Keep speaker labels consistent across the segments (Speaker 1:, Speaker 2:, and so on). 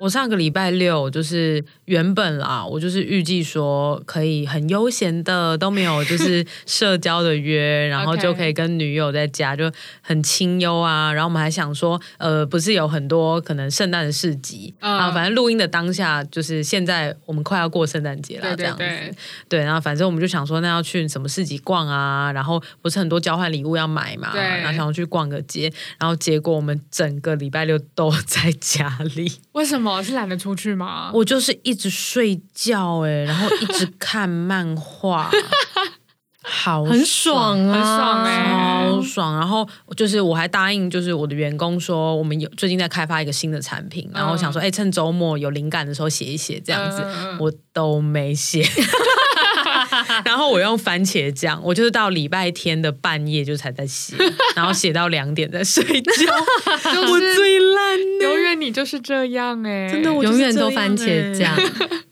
Speaker 1: 我上个礼拜六就是原本啦，我就是预计说可以很悠闲的都没有就是 社交的约，然后
Speaker 2: OK
Speaker 1: 就可以跟女友在家就很清幽啊。然后我们还想说，呃，不是有很多可能圣诞的市集、
Speaker 2: 嗯
Speaker 1: 啊，反正录音的当下就是现在我们快要过圣诞节了，
Speaker 2: 对
Speaker 1: 这
Speaker 2: 对
Speaker 1: 样子。
Speaker 2: 对，
Speaker 1: 对，然后反正我们就想说，那要去什么市集逛啊？然后不是很多交换礼物要买嘛？
Speaker 2: 对
Speaker 1: 然后想要去逛个街，然后结果我们整个礼拜六都 在家里，
Speaker 2: 为什么是懒得出去
Speaker 3: 啊
Speaker 2: 吗？嗯
Speaker 1: 我就是一直睡觉哎、然后一直看漫 画，好
Speaker 3: 很
Speaker 1: 爽
Speaker 3: 爽啊，
Speaker 2: 很爽欸
Speaker 1: 超爽！然后就是我还答应，就是我的员工说，我们有最近在开发一个新的产品，
Speaker 3: 嗯
Speaker 1: 然后想说，哎、趁周末有灵感的时候写一写这样子，
Speaker 2: 嗯嗯嗯
Speaker 1: 我都没 写。 然后我用番茄酱，我就是到礼拜天的半夜就才在写，然后写到两点在睡 觉，我最烂呢
Speaker 2: 永远你就是这样哎、
Speaker 1: 真的，我就
Speaker 3: 永
Speaker 1: 是
Speaker 3: 远都
Speaker 1: 这样
Speaker 3: 番
Speaker 1: 欸
Speaker 3: 茄酱，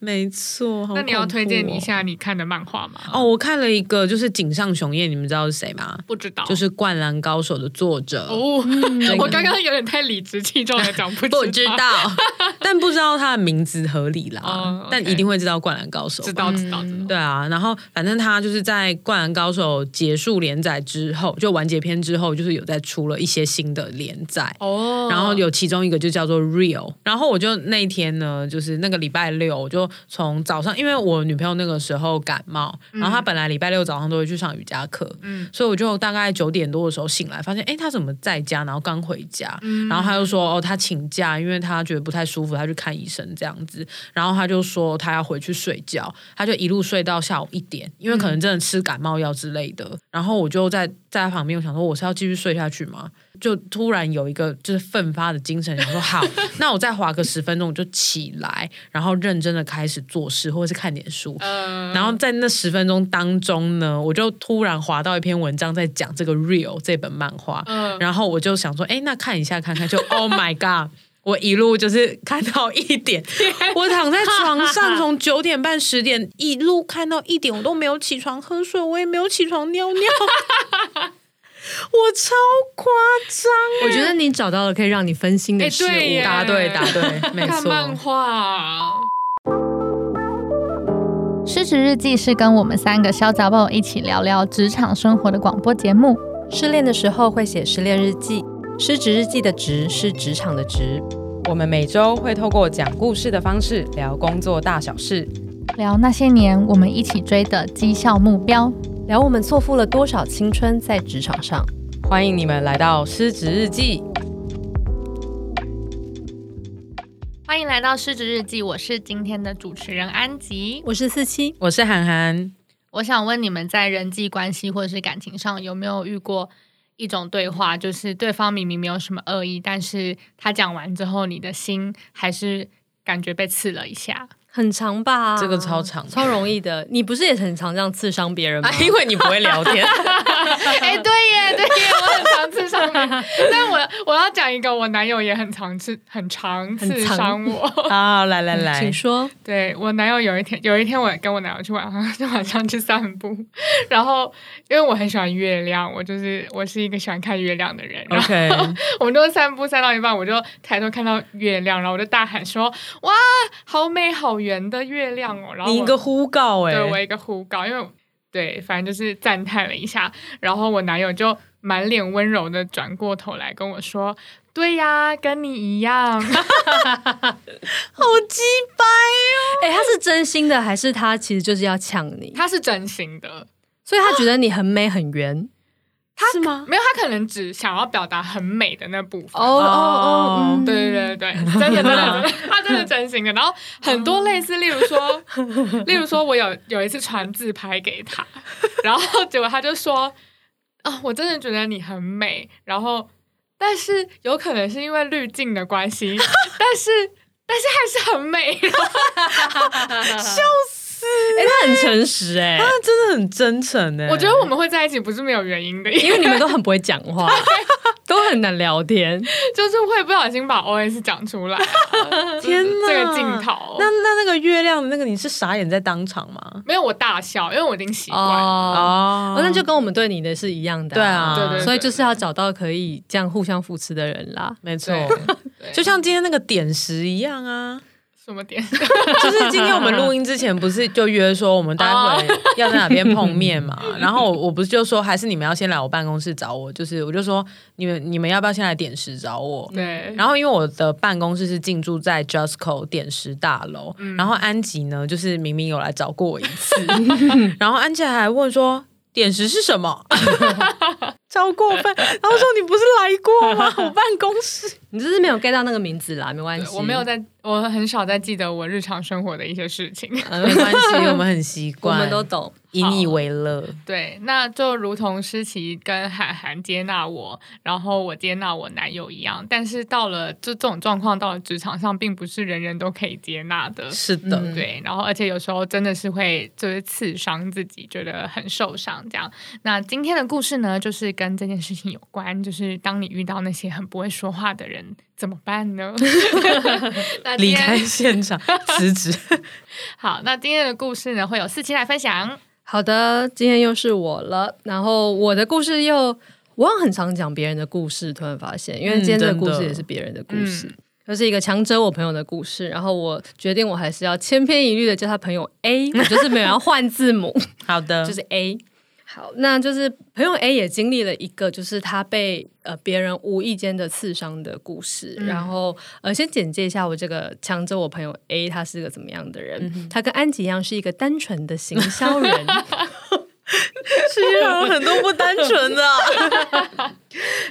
Speaker 1: 没错。好
Speaker 2: 那你要
Speaker 1: 恐怖
Speaker 2: 推荐
Speaker 1: 哦
Speaker 2: 一下你看的漫画吗？
Speaker 1: 哦，，我看了一个就是井上雄彦，你们知道是谁吗？
Speaker 2: 不知道，
Speaker 1: 就是《灌篮高手》的作者。
Speaker 2: 哦，
Speaker 1: 嗯
Speaker 2: 我刚刚有点太理直气壮的讲不
Speaker 1: 不知
Speaker 2: 道，
Speaker 1: 道，但不知道他的名字合理啦，
Speaker 2: 哦
Speaker 1: 但
Speaker 2: OK
Speaker 1: 一定会知道《灌篮高手》吧。
Speaker 2: 知道知道知道，
Speaker 1: 对啊，然后反正他就是在《灌篮高手》结束连载之后，就完结篇之后，就是有再出了一些新的连载。
Speaker 2: 哦
Speaker 1: 然后有其中一个就叫做 Real，然后我就那一天呢，就是那个礼拜六，我就从早上，因为我女朋友那个时候感冒，然后她本来礼拜六早上都会去上瑜伽课，
Speaker 2: 嗯
Speaker 1: 所以我就大概九点多的时候醒来，发现哎，诶她怎么在家？然后刚回家，然后她就说哦，她请假，因为她觉得不太舒服，她去看医生这样子。然后她就说她要回去睡觉，她就一路睡到下午一点，因为可能真的吃感冒药之类的。然后我就在在她旁边，我想说我是要继续睡下去吗？就突然有一个就是奋发的精神，想说好，那我再划个十分钟，我就起来，然后认真的开始做事或者是看点书。
Speaker 2: 呃
Speaker 1: 然后在那十分钟当中呢，我就突然划到一篇文章在讲这个《Real》这本漫画，
Speaker 2: 嗯
Speaker 1: 然后我就想说，哎，那看一下看看，就 Oh my God！我一路就是看到一 点，我躺在床上从九点半十点一路看到一点，我都没有起床喝水，我也没有起床尿 尿，我超夸张。欸
Speaker 3: 我觉得你找到了可以让你分心的
Speaker 2: 哎
Speaker 3: 事物。
Speaker 2: 对耶
Speaker 1: 答对答对，没
Speaker 2: 看漫
Speaker 1: 错。
Speaker 2: 画，
Speaker 4: 失职日记是跟我们三个小杂宝一起聊聊职场生活的广播节目。
Speaker 5: 失恋的时候会写失恋日记，失职日记的职是职场的职。
Speaker 6: 我们每周会透过讲故事的方式聊工作大小事，
Speaker 4: 聊那些年我们一起追的绩效目标。
Speaker 5: 聊我们错付了多少青春在职场上。
Speaker 6: 欢迎你们来到《失职日记》。
Speaker 4: 欢迎来到失职日记，我是今天的主持人安吉。
Speaker 5: 我是四七，
Speaker 1: 我是涵涵，
Speaker 4: 我想问你们在人际关系或者是感情上有没有遇过一种对话，就是对方明明没有什么恶意，但是他讲完之后，你的 心还是感觉被刺了一下。
Speaker 5: 很长吧？
Speaker 1: 这个超长
Speaker 5: 超容易的。你不是也很常这样刺伤别人吗？
Speaker 1: 啊
Speaker 6: 哎
Speaker 1: 因为你不会聊天。
Speaker 2: 哎、对耶，对耶，我很常刺伤你。 但我我要讲一个，我男友也很常刺，很常刺伤 我。
Speaker 1: 好，啊来来
Speaker 5: 请说。
Speaker 2: 对我男友有一天，有一天我跟我男友去晚上 就晚上去散步，然后因为我很喜欢月亮，我就是我是一个喜欢看月亮的人，然后
Speaker 1: OK，
Speaker 2: 我们就散步散到一半，我就抬头看到月亮，然后我就大喊说：“哇，好美好圆的月亮哦！”然 后
Speaker 1: 你一
Speaker 2: 我
Speaker 1: 个呼告哎、
Speaker 2: 对我一个呼告，因为对，反正就是赞叹了一下，然后我男友就满脸温柔的转过头来跟我说：“对呀，跟你一样。
Speaker 1: 好鸡巴
Speaker 5: 哎、他是真心的，还是他其实就是要呛”你？
Speaker 2: 他是真心的，
Speaker 5: 所以他觉得你很美很圆。
Speaker 1: 是吗？
Speaker 2: 没有他可能只想要表达很美的那部分。
Speaker 5: 哦
Speaker 1: 哦
Speaker 5: 嗯
Speaker 2: 对对 对，对，真的真的真的，他真的真心的。然后很多类似，例如说，例如说我有有一次传自拍给他，然后结果他就说：“啊、我真的觉得你很美。”然后，但是有可能是因为滤镜的关系， 但是但是还是很美。然后
Speaker 5: 哎、他
Speaker 3: 很诚实哎、
Speaker 1: 他真的很真诚哎，
Speaker 2: 我觉得我们会在一起不是没有原因的，
Speaker 3: 因为你们都很不会讲 话，都很难聊天。
Speaker 2: 就是会不小心把 OS 讲出来啊。
Speaker 1: 天
Speaker 2: 哪，
Speaker 1: 哪，
Speaker 2: 这个镜头
Speaker 1: 那，那那个月亮的那个，你是傻眼在当场吗？
Speaker 2: 没有我大笑，因为我已经习惯了。
Speaker 3: 哦，
Speaker 1: 哦
Speaker 3: 那就跟我们对你的是一样的、
Speaker 1: 对啊，
Speaker 2: 对对对
Speaker 3: 所以就是要找到可以这样互相扶持的人啦。
Speaker 1: 没错，
Speaker 2: 对
Speaker 1: 就像今天那个点石一样啊，
Speaker 2: 什么点？
Speaker 1: 就是今天我们录音之前不是就约说我们待会
Speaker 2: 哦
Speaker 1: 要在哪边碰面 嘛？然后我我不是就说还是你们要先来我办公室找我，就是我就说你们你们要不要先来点石找我？
Speaker 2: 对，
Speaker 1: 然后因为我的办公室是进驻在 Justco 点石大楼，
Speaker 2: 嗯
Speaker 1: 然后安吉呢就是明明有来找过我一次， 然后安吉还问说点石是什么，超过分，然后说你不是来过吗？我办公室。
Speaker 3: 你就是没有 get 到那个名字啦，没关
Speaker 2: 对
Speaker 3: 系，
Speaker 2: 我没有在，我很少在记得我日常生活的一些 事情。
Speaker 3: 嗯
Speaker 1: 啊没关系，我们很习
Speaker 3: 我
Speaker 1: 惯，
Speaker 3: 们都懂。
Speaker 1: 引以为乐。
Speaker 2: 对，那就如同诗琪跟韩寒接纳我，然后我接纳我男友一样，但是到了就这种状况，到了职场上，并不是人人都可以接纳的。
Speaker 1: 是的，
Speaker 3: 嗯
Speaker 2: 对，然后而且有时候真的是会就是刺伤自己，觉得很受伤这样。那今天的故事呢，就是跟这件事情有关，就是当你遇到那些很不会说话的人怎么办 呢？那今
Speaker 1: 离
Speaker 2: 天
Speaker 1: 开现 场辞职。
Speaker 2: 好，那今天的故事呢，会有四期来分享。
Speaker 3: 好的，今天又是我了。然后我的故事又，我好像很常讲别人的故事，突然发现，因为今天这个
Speaker 1: 嗯真
Speaker 3: 故
Speaker 1: 的嗯
Speaker 3: 事也是别人的故事，就是一个强者我朋友的故事。然后我决定，我还是要千篇一律的叫他朋友 A，我就是没有要换字母。
Speaker 1: 好的，
Speaker 3: 就是 A。好，那就是朋友 A 也经历了一个，就是他被呃别人无意间的刺伤的故事。
Speaker 1: 嗯
Speaker 3: 然后呃，先简介一下我这个强者我朋友 A，他是个怎么样的
Speaker 1: 嗯
Speaker 3: 人？他跟安吉一样是一个单纯的行销人，
Speaker 1: 世界上有很多不单纯 的。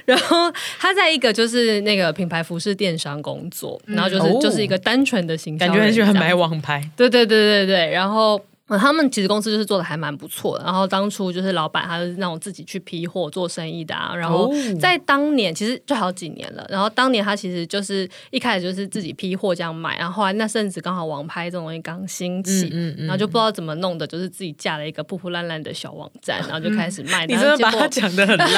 Speaker 3: 然后他在一个就是那个品牌服饰电商工作，然后就是、
Speaker 1: 哦
Speaker 3: 就是一个单纯的行销
Speaker 1: 感
Speaker 3: 人，
Speaker 1: 觉很喜欢
Speaker 3: 这样
Speaker 1: 买网拍，
Speaker 3: 对对对对对，然后。呃他们其实公司就是做的还蛮不错的，然后当初就是老板他是那种自己去批货做生意的啊，然后
Speaker 1: 哦
Speaker 3: 在当年其实就好几年了，然后当年他其实就是一开始就是自己批货这样卖，然后后来那阵子刚好王牌这种东西刚兴起，
Speaker 1: 嗯嗯
Speaker 3: 然后就不知道怎么弄的，就是自己架了一个破破烂烂的小网站，然后就开始卖，
Speaker 1: 你
Speaker 3: 然
Speaker 1: 真的
Speaker 3: 后结
Speaker 1: 把
Speaker 3: 果
Speaker 1: 它讲的很 烂。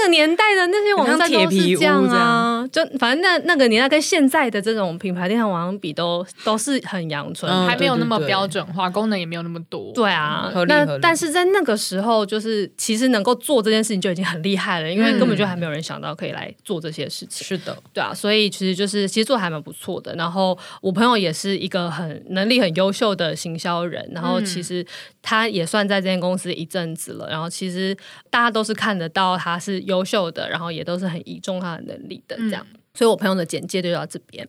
Speaker 3: 那个年代的那些网站都是这样
Speaker 1: 很像铁皮屋这
Speaker 3: 啊
Speaker 1: 样，
Speaker 3: 就反正那那个年代跟现在的这种品牌电商网站比都都是很阳春
Speaker 1: 嗯
Speaker 2: 还没有那么
Speaker 1: 对对对
Speaker 2: 标准化，功能也没有那么多。
Speaker 3: 对啊
Speaker 1: 合，理合
Speaker 3: 那
Speaker 1: 理
Speaker 3: 但是在那个时候，就是其实能够做这件事情就已经很厉害了，因
Speaker 1: 嗯
Speaker 3: 为根本就还没有人想到可以来做这些事情。
Speaker 1: 是的，
Speaker 3: 对啊，所以其实就是其实做得还蛮不错的。然后我朋友也是一个很能力很优秀的行销人，然后其实他也算在这间公司一阵子了。然后其实大家都是看得到他是优秀的，然后也都是很倚重他的能力的这样。所以我朋友的简介就到这边。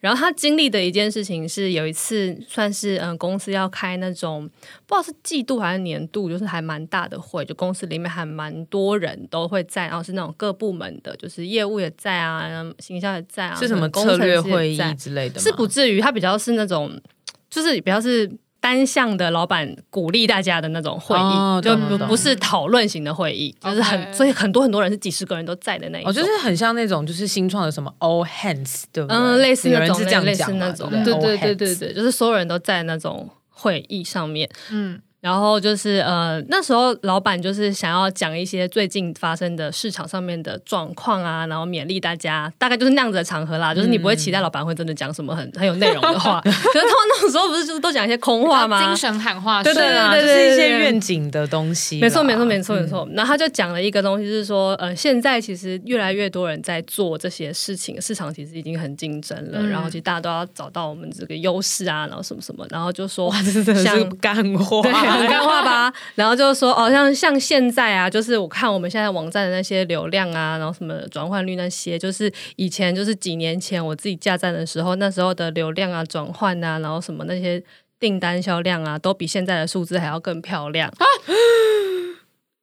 Speaker 3: 然后他经历的一件事情是，有一次算是嗯公司要开那种不知道是季度还是年度，就是还蛮大的会，就公司里面还蛮多人都会在，然后是那种各部门的，就是业务也在啊，然后行销也在啊，
Speaker 1: 是什么
Speaker 3: 工程
Speaker 1: 策
Speaker 3: 师也
Speaker 1: 略会
Speaker 3: 在
Speaker 1: 议之类的吗？
Speaker 3: 是不至于，他比较是那种，就是比较是单向的，老板鼓励大家的那种会议，
Speaker 1: 哦
Speaker 3: 就
Speaker 1: 懂
Speaker 3: 不
Speaker 1: 懂
Speaker 3: 不是讨论型的会议，就是很
Speaker 2: OK
Speaker 3: 所以很多很多人是几十个人都在的那一种，
Speaker 1: 哦，就是很像那种就是新创的什么 All Hands，对不对？
Speaker 3: 嗯，类似
Speaker 1: 有
Speaker 3: 那
Speaker 1: 人
Speaker 3: 种
Speaker 1: 是这样
Speaker 3: 类似
Speaker 1: 讲嘛
Speaker 3: 那种，
Speaker 1: 对
Speaker 3: 对
Speaker 1: 不
Speaker 3: 对
Speaker 1: All
Speaker 3: 对
Speaker 1: hands
Speaker 3: 对对，就是所有人都在那种会议上面，
Speaker 2: 嗯，
Speaker 3: 然后就是呃，那时候老板就是想要讲一些最近发生的市场上面的状况啊，然后勉励大家，大概就是那样子的场合啦。就是你不会期
Speaker 1: 嗯
Speaker 3: 待老板会真的讲什么很很有内容 的话，可是他们那种时候不是就是都讲一些空话吗？
Speaker 2: 精神喊话术，
Speaker 1: 对对
Speaker 3: 对
Speaker 1: 啦
Speaker 3: 对
Speaker 1: 就是一
Speaker 3: 对对
Speaker 1: 些
Speaker 3: 对
Speaker 1: 愿景的东西啦。
Speaker 3: 没错，没错，没错，没错。然后他就讲了一个东西，就是说，呃，现在其实越来越多人在做这些事情，市场其实已经很竞争了，然后其实大家都要找到我们这个优势啊，然后什么什么，然后就说
Speaker 1: 哇，这真的是
Speaker 3: 像
Speaker 1: 干货，
Speaker 3: 对，很干话吧？然后就是说，哦，像像现在啊，就是我看我们现在网站的那些流量啊，然后什么转换率那些，就是以前就是几年前我自己架站的时候，那时候的流量啊、转换啊，然后什么那些订单销量啊，都比现在的数字还要更漂亮。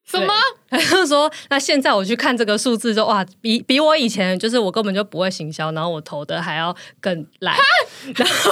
Speaker 2: 什么？
Speaker 3: 他就说，那现在我去看这个数字就，哇，比比我以前就是我根本就不会行销，然后我投的还要更烂。 然后，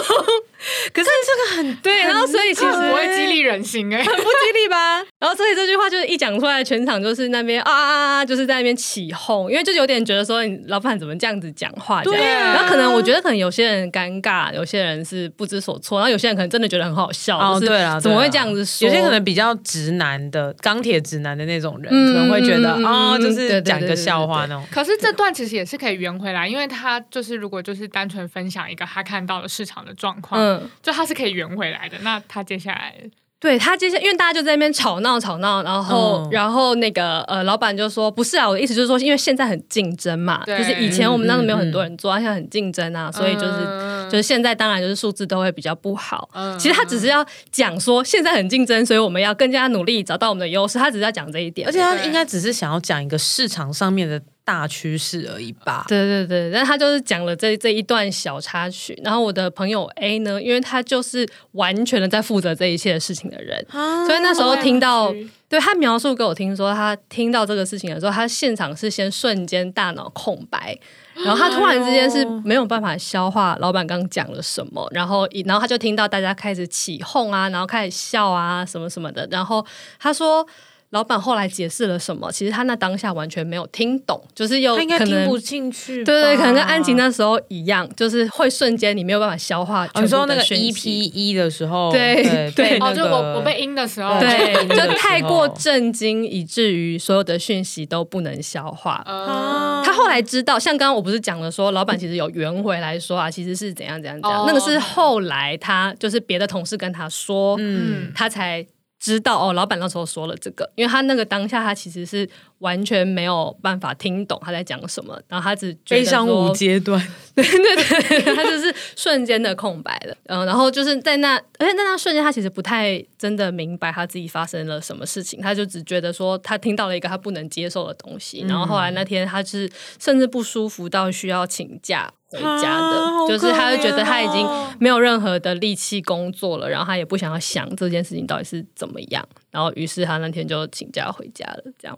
Speaker 3: 可是这个很对，然后所以 其实
Speaker 2: 这很不
Speaker 1: 欸
Speaker 2: 会激励人心哎、
Speaker 3: 很不吉利吧？然后所以这句话就是一讲出来，全场就是那边啊啊啊啊，就是在那边起哄，因为就是有点觉得说你老板怎么这样子讲话这样。
Speaker 2: 对啊
Speaker 3: 然后可能我觉得可能有些人尴尬，有些人是不知所措，然后有些人可能真的觉得很好笑，
Speaker 1: 哦，
Speaker 3: 就是
Speaker 1: 对啊，
Speaker 3: 怎么
Speaker 1: 对
Speaker 3: 会
Speaker 1: 啦
Speaker 3: 这样子说？
Speaker 1: 有些可能比较直男的钢铁直男的那种人，
Speaker 3: 嗯
Speaker 1: 可能会觉得
Speaker 3: 嗯嗯
Speaker 1: 哦，
Speaker 3: 嗯
Speaker 1: 就
Speaker 3: 对对
Speaker 1: 是讲
Speaker 3: 对
Speaker 1: 个
Speaker 3: 对
Speaker 1: 笑
Speaker 3: 对
Speaker 1: 话
Speaker 3: 对
Speaker 1: 那种。
Speaker 2: 可是这段其实也是可以圆回来，因为他就是如果就是单纯分享一个他看到的市场的状况，
Speaker 3: 嗯。
Speaker 2: 就他是可以圆回来的。那他接下来
Speaker 3: 对他接下，因为大家就在那边吵闹吵闹，然后、
Speaker 1: 嗯
Speaker 3: 然后那个呃，老板就说不是啊，我的意思就是说，因为现在很竞争嘛，就
Speaker 2: 对
Speaker 3: 是以前我们那时候没有很多人做，而且很竞争啊，所以就是、
Speaker 2: 嗯
Speaker 3: 就是现在当然就是数字都会比较不好。
Speaker 2: 嗯
Speaker 3: 其实他只是要讲说现在很竞争，所以我们要更加努力找到我们的优势，他只是要讲这一点。
Speaker 1: 而且他
Speaker 2: 对
Speaker 1: 应该只是想要讲一个市场上面的大趋势而已吧？
Speaker 3: 对对对，但他就是讲了这这一段小插曲。然后我的朋友 A 呢，因为他就是完全的在负责这一切的事情的人，
Speaker 1: 啊
Speaker 3: 所以那时候
Speaker 2: 好有
Speaker 3: 听到
Speaker 2: 趣，
Speaker 3: 对他描述给我听说，他听到这个事情的时候，他现场是先瞬间大脑空 白，然后他突然之间是没有办法消化老板刚讲了什么，然后然后他就听到大家开始起哄啊，然后开始笑啊什么什么的，然后他说。老板后来解释了什么？其实他那当下完全没有听懂，就是又
Speaker 1: 他应该
Speaker 3: 可
Speaker 1: 听
Speaker 3: 能
Speaker 1: 不进去吧。
Speaker 3: 对对，可能跟安琪那时候一样，就是会瞬间你没有办法消化
Speaker 1: 哦，
Speaker 3: 全
Speaker 1: 你
Speaker 3: 部
Speaker 1: 说那
Speaker 3: 的
Speaker 1: 个
Speaker 3: 讯
Speaker 1: EP
Speaker 3: 息。
Speaker 1: 一的时候，
Speaker 3: 对
Speaker 1: 对
Speaker 3: 对
Speaker 1: 被那
Speaker 2: 哦，就我
Speaker 1: 个
Speaker 2: 我被阴的时候，
Speaker 3: 对，
Speaker 1: 那个
Speaker 3: 就
Speaker 1: 时
Speaker 3: 太
Speaker 1: 候
Speaker 3: 过震惊，以至于所有的讯息都不能消化。
Speaker 2: 嗯，
Speaker 1: 啊
Speaker 3: 哦他后来知道，像刚刚我不是讲了说，老板其实有圆回来说啊，其实是怎样怎样怎样。
Speaker 2: 哦
Speaker 3: 那个是后来他就是别的同事跟他说，
Speaker 1: 嗯，
Speaker 3: 他才知道哦，老板那时候说了这个，因为他那个当下他其实是完全没有办法听懂他在讲什么，然后他只觉得
Speaker 1: 悲伤
Speaker 3: 说
Speaker 1: 五阶段，
Speaker 3: 对 对对，他就是瞬间的空白了。嗯，然后就是在那，而且在那瞬间，他其实不太真的明白他自己发生了什么事情，他就只觉得说他听到了一个他不能接受的东西。
Speaker 1: 嗯
Speaker 3: 然后后来那天，他是甚至不舒服到需要请假回家的，
Speaker 1: 啊好
Speaker 3: 就是他就觉得他已经
Speaker 1: 可怜哦
Speaker 3: 没有任何的力气工作了，然后他也不想要想这件事情到底是怎么样。然后于是他那天就请假回家了，这样。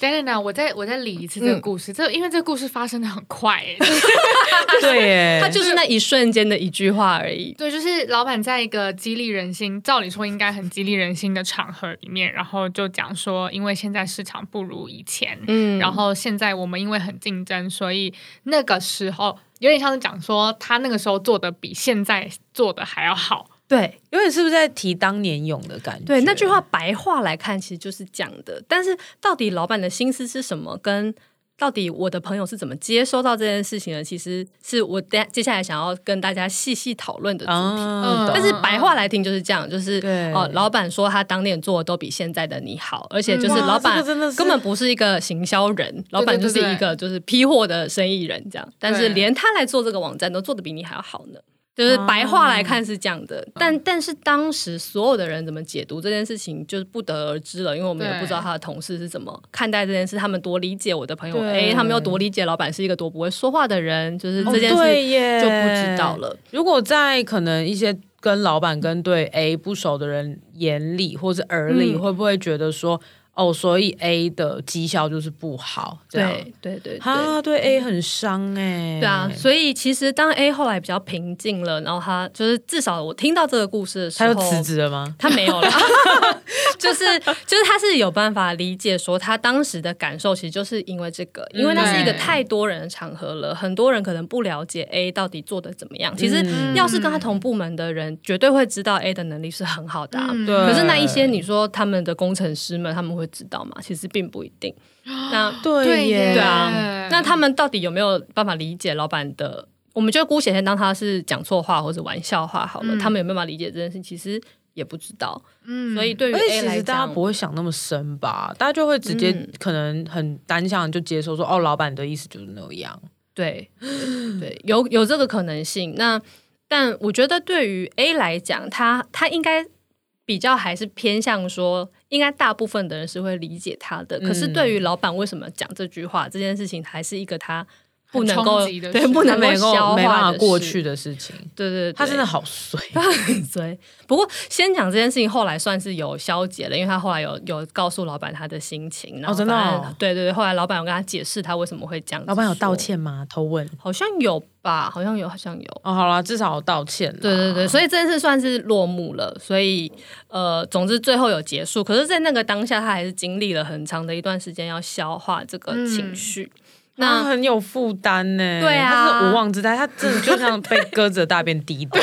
Speaker 2: 等等等，我再我再理一次这个故事，这因为这个故事发生的很快哎、
Speaker 1: 对耶，
Speaker 3: 他就是那一瞬间的一句话而已。
Speaker 2: 对，就是老板在一个激励人心，照理说应该很激励人心的场合里面，然后就讲说，因为现在市场不如以前，
Speaker 3: 嗯
Speaker 2: 然后现在我们因为很竞争，所以那个时候有点像是讲说，他那个时候做的比现在做的还要好。
Speaker 3: 对，
Speaker 1: 有点是不是在提当年勇的感觉？
Speaker 3: 对，那句话白话来看，其实就是讲的。但是到底老板的心思是什么，跟到底我的朋友是怎么接收到这件事情的，其实是我接接下来想要跟大家细细讨论的主题。
Speaker 1: 啊，
Speaker 2: 嗯
Speaker 3: 但
Speaker 1: 但
Speaker 3: 是
Speaker 1: 是
Speaker 3: 白话来听就是这样，就是
Speaker 1: 对
Speaker 3: 哦，老板说他当年做的都比现在的你好，而且就是
Speaker 1: 嗯哇
Speaker 3: 老板
Speaker 1: 这个真的是
Speaker 3: 根本不是一个行销人，老板就是一个就是批货的生意人这样，但
Speaker 2: 对
Speaker 3: 是连他来做这个网站都做的比你还要好呢。就是
Speaker 1: 啊
Speaker 3: 白话来看是这样的，但但是当时所有的人怎么解读这件事情，就是不得而知了，因为我们也
Speaker 2: 对
Speaker 3: 不知道他的同事是怎么看待这件事，他们多理解我的朋友
Speaker 1: 对
Speaker 3: A，他们又多理解老板是一个多不会说话的人，就是
Speaker 1: 哦
Speaker 3: 这件
Speaker 1: 对
Speaker 3: 事
Speaker 1: 耶
Speaker 3: 就不知道了。
Speaker 1: 如果在可能一些跟老板跟对 A 不熟的人眼里或者耳里，
Speaker 3: 嗯
Speaker 1: 会不会觉得说哦，所以 A 的绩效就是不好？这样
Speaker 3: 对对对对，
Speaker 1: 啊，对 A 很伤哎、
Speaker 3: 对啊，所以其实当 A 后来比较平静了，然后他就是至少我听到这个故事的时
Speaker 1: 他
Speaker 3: 候，
Speaker 1: 又辞职了吗？
Speaker 3: 他没有了， 就是就是他是有办法理解说他当时的感受，其实就是因为这个，因为那是一个
Speaker 1: 嗯
Speaker 2: 对
Speaker 3: 太多人的场合了，很多人可能不了解 A 到底做的怎么样。其实
Speaker 1: 嗯
Speaker 3: 要是跟他同部门的人，绝对会知道 A 的能力是很好的、啊，
Speaker 2: 嗯
Speaker 1: 对，
Speaker 3: 可是那一些你说他们的工程师们，他们会知道吗？其实并不一 定。那
Speaker 1: 对耶，
Speaker 3: 对啊，那他们到底有没有办法理解老板的？我们就姑且先当他是讲错话或者玩笑话好了，
Speaker 2: 嗯
Speaker 3: 他们有没有办法理解这件事？其实也不知道。
Speaker 2: 嗯
Speaker 3: 所以对于
Speaker 1: 而
Speaker 3: A
Speaker 1: 且其
Speaker 3: 来
Speaker 1: 实大家
Speaker 3: 讲，
Speaker 1: 不会想那么深吧，大家就会直接
Speaker 3: 嗯
Speaker 1: 可能很单向地就接受说，哦，老板的意思就是那样。
Speaker 3: 对对对，有有这个可能性。那但我觉得对于 A 来讲，他他应该比较还是偏向说，应该大部分的人是会理解他的。可是
Speaker 1: 嗯
Speaker 3: 对于老板为什么讲这句话这件事情，还是一个他。不能够
Speaker 2: 冲击的
Speaker 3: 对
Speaker 2: 事
Speaker 3: 不能够
Speaker 1: 没
Speaker 3: 消
Speaker 1: 没办
Speaker 3: 化
Speaker 1: 法
Speaker 3: 的
Speaker 1: 过
Speaker 3: 事
Speaker 1: 去，的事情，
Speaker 3: 对对对，
Speaker 1: 他真的好 衰。
Speaker 3: 对，不过先讲这件事情，后来算是有消解了，因为他后来有有告诉老板他的心情，然后
Speaker 1: 真的
Speaker 3: 反
Speaker 1: 哦
Speaker 3: 正对对对，后来老板有跟他解释他为什么会这样，
Speaker 1: 老板有道，歉吗？偷问。
Speaker 3: 好像有吧，好像有，好像有。
Speaker 1: 哦，好啦，至少有道歉啦。
Speaker 3: 对对对，所以这次算是落幕了，所以呃，总之最后有结束。可是，在那个当下，他还是经历了很长的一段时间要消化这个情绪。
Speaker 1: 嗯他
Speaker 3: 那
Speaker 1: 很有负担呢。
Speaker 3: 对啊
Speaker 1: 他是无妄之灾，他真的就像被鸽子的大便滴 到，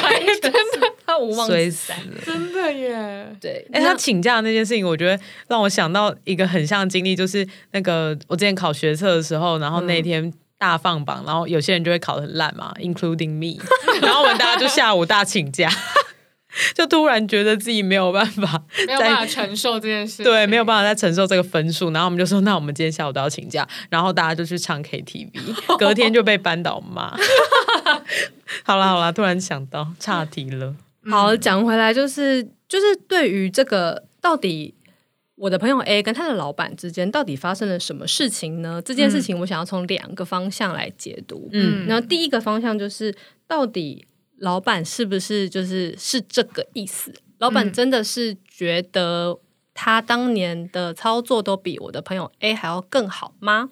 Speaker 3: 他啊无妄
Speaker 1: 衰
Speaker 3: 之
Speaker 1: 死
Speaker 3: 灾，
Speaker 1: 了。
Speaker 2: 真的耶，
Speaker 3: 对，
Speaker 1: 哎、他请假的那件事情，我觉得让我想到一个很像的经历，就是那个我之前考学测的时候，然后那
Speaker 3: 嗯
Speaker 1: 天大放榜，然后有些人就会考得很烂嘛，including me，然 后我们大家就下午大请假， 就突然觉得自己没有办法
Speaker 2: 没有办法承受这件 事，
Speaker 1: 嗯对，没有办法再承受这个分数，然后我们就说，那我们今天下午都要请假，然后大家就去唱 KTV，隔天就被班导骂。 好啦好啦，突然想到岔题了，
Speaker 3: 好，讲回来就是就是对于这个到底。我的朋友 A 跟他的老板之间到底发生了什么事情呢？这件事情我想要从两个方向来解读。
Speaker 1: 嗯
Speaker 2: 嗯，
Speaker 3: 然后第一个方向就是，到底老板是不是就是是这个意思？老板真的是觉得他当年的操作都比我的朋友 A 还要更好吗？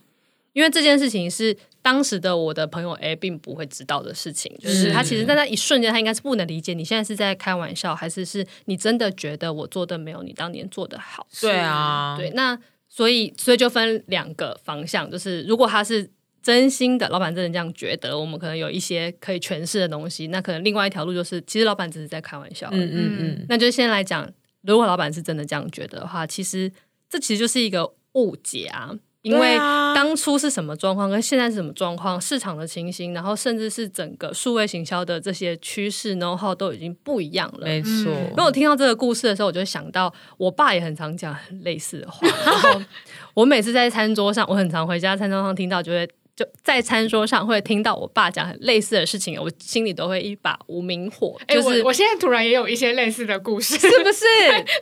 Speaker 3: 因为这件事情是当时的我的朋友 A 并不会知道的事情，就是
Speaker 1: 是
Speaker 3: 他其实在那一瞬间，他应该是不能理解你现在是在开玩笑，还是是你真的觉得我做的没有你当年做的好？
Speaker 1: 对啊，
Speaker 3: 对，那所以所以就分两个方向，就是如果他是真心的，老板真的这样觉得，我们可能有一些可以诠释的东西。那可能另外一条路就是，其实老板只是在开玩笑。
Speaker 1: 嗯嗯嗯，
Speaker 3: 那就先来讲，如果老板是真的这样觉得的话，其实这其实就是一个误解啊。因
Speaker 1: 对
Speaker 3: 为
Speaker 1: 啊
Speaker 3: 当初是什么状况，跟现在是什么状况，市场的情形，然后甚至是整个数位行销的这些趋势 know how 都已经不一样了。
Speaker 1: 没错。
Speaker 3: 因为我听到这个故事的时候，我就想到我爸也很常讲很类似的话。然后我每次在餐桌上，我很常回家餐桌上听到，就会就在餐桌上会听到我爸讲很类似的事情，我心里都会一把无名火，
Speaker 2: 哎、
Speaker 3: 就是、
Speaker 2: 我我现在突然也有一些类似的故事，
Speaker 3: 是不是？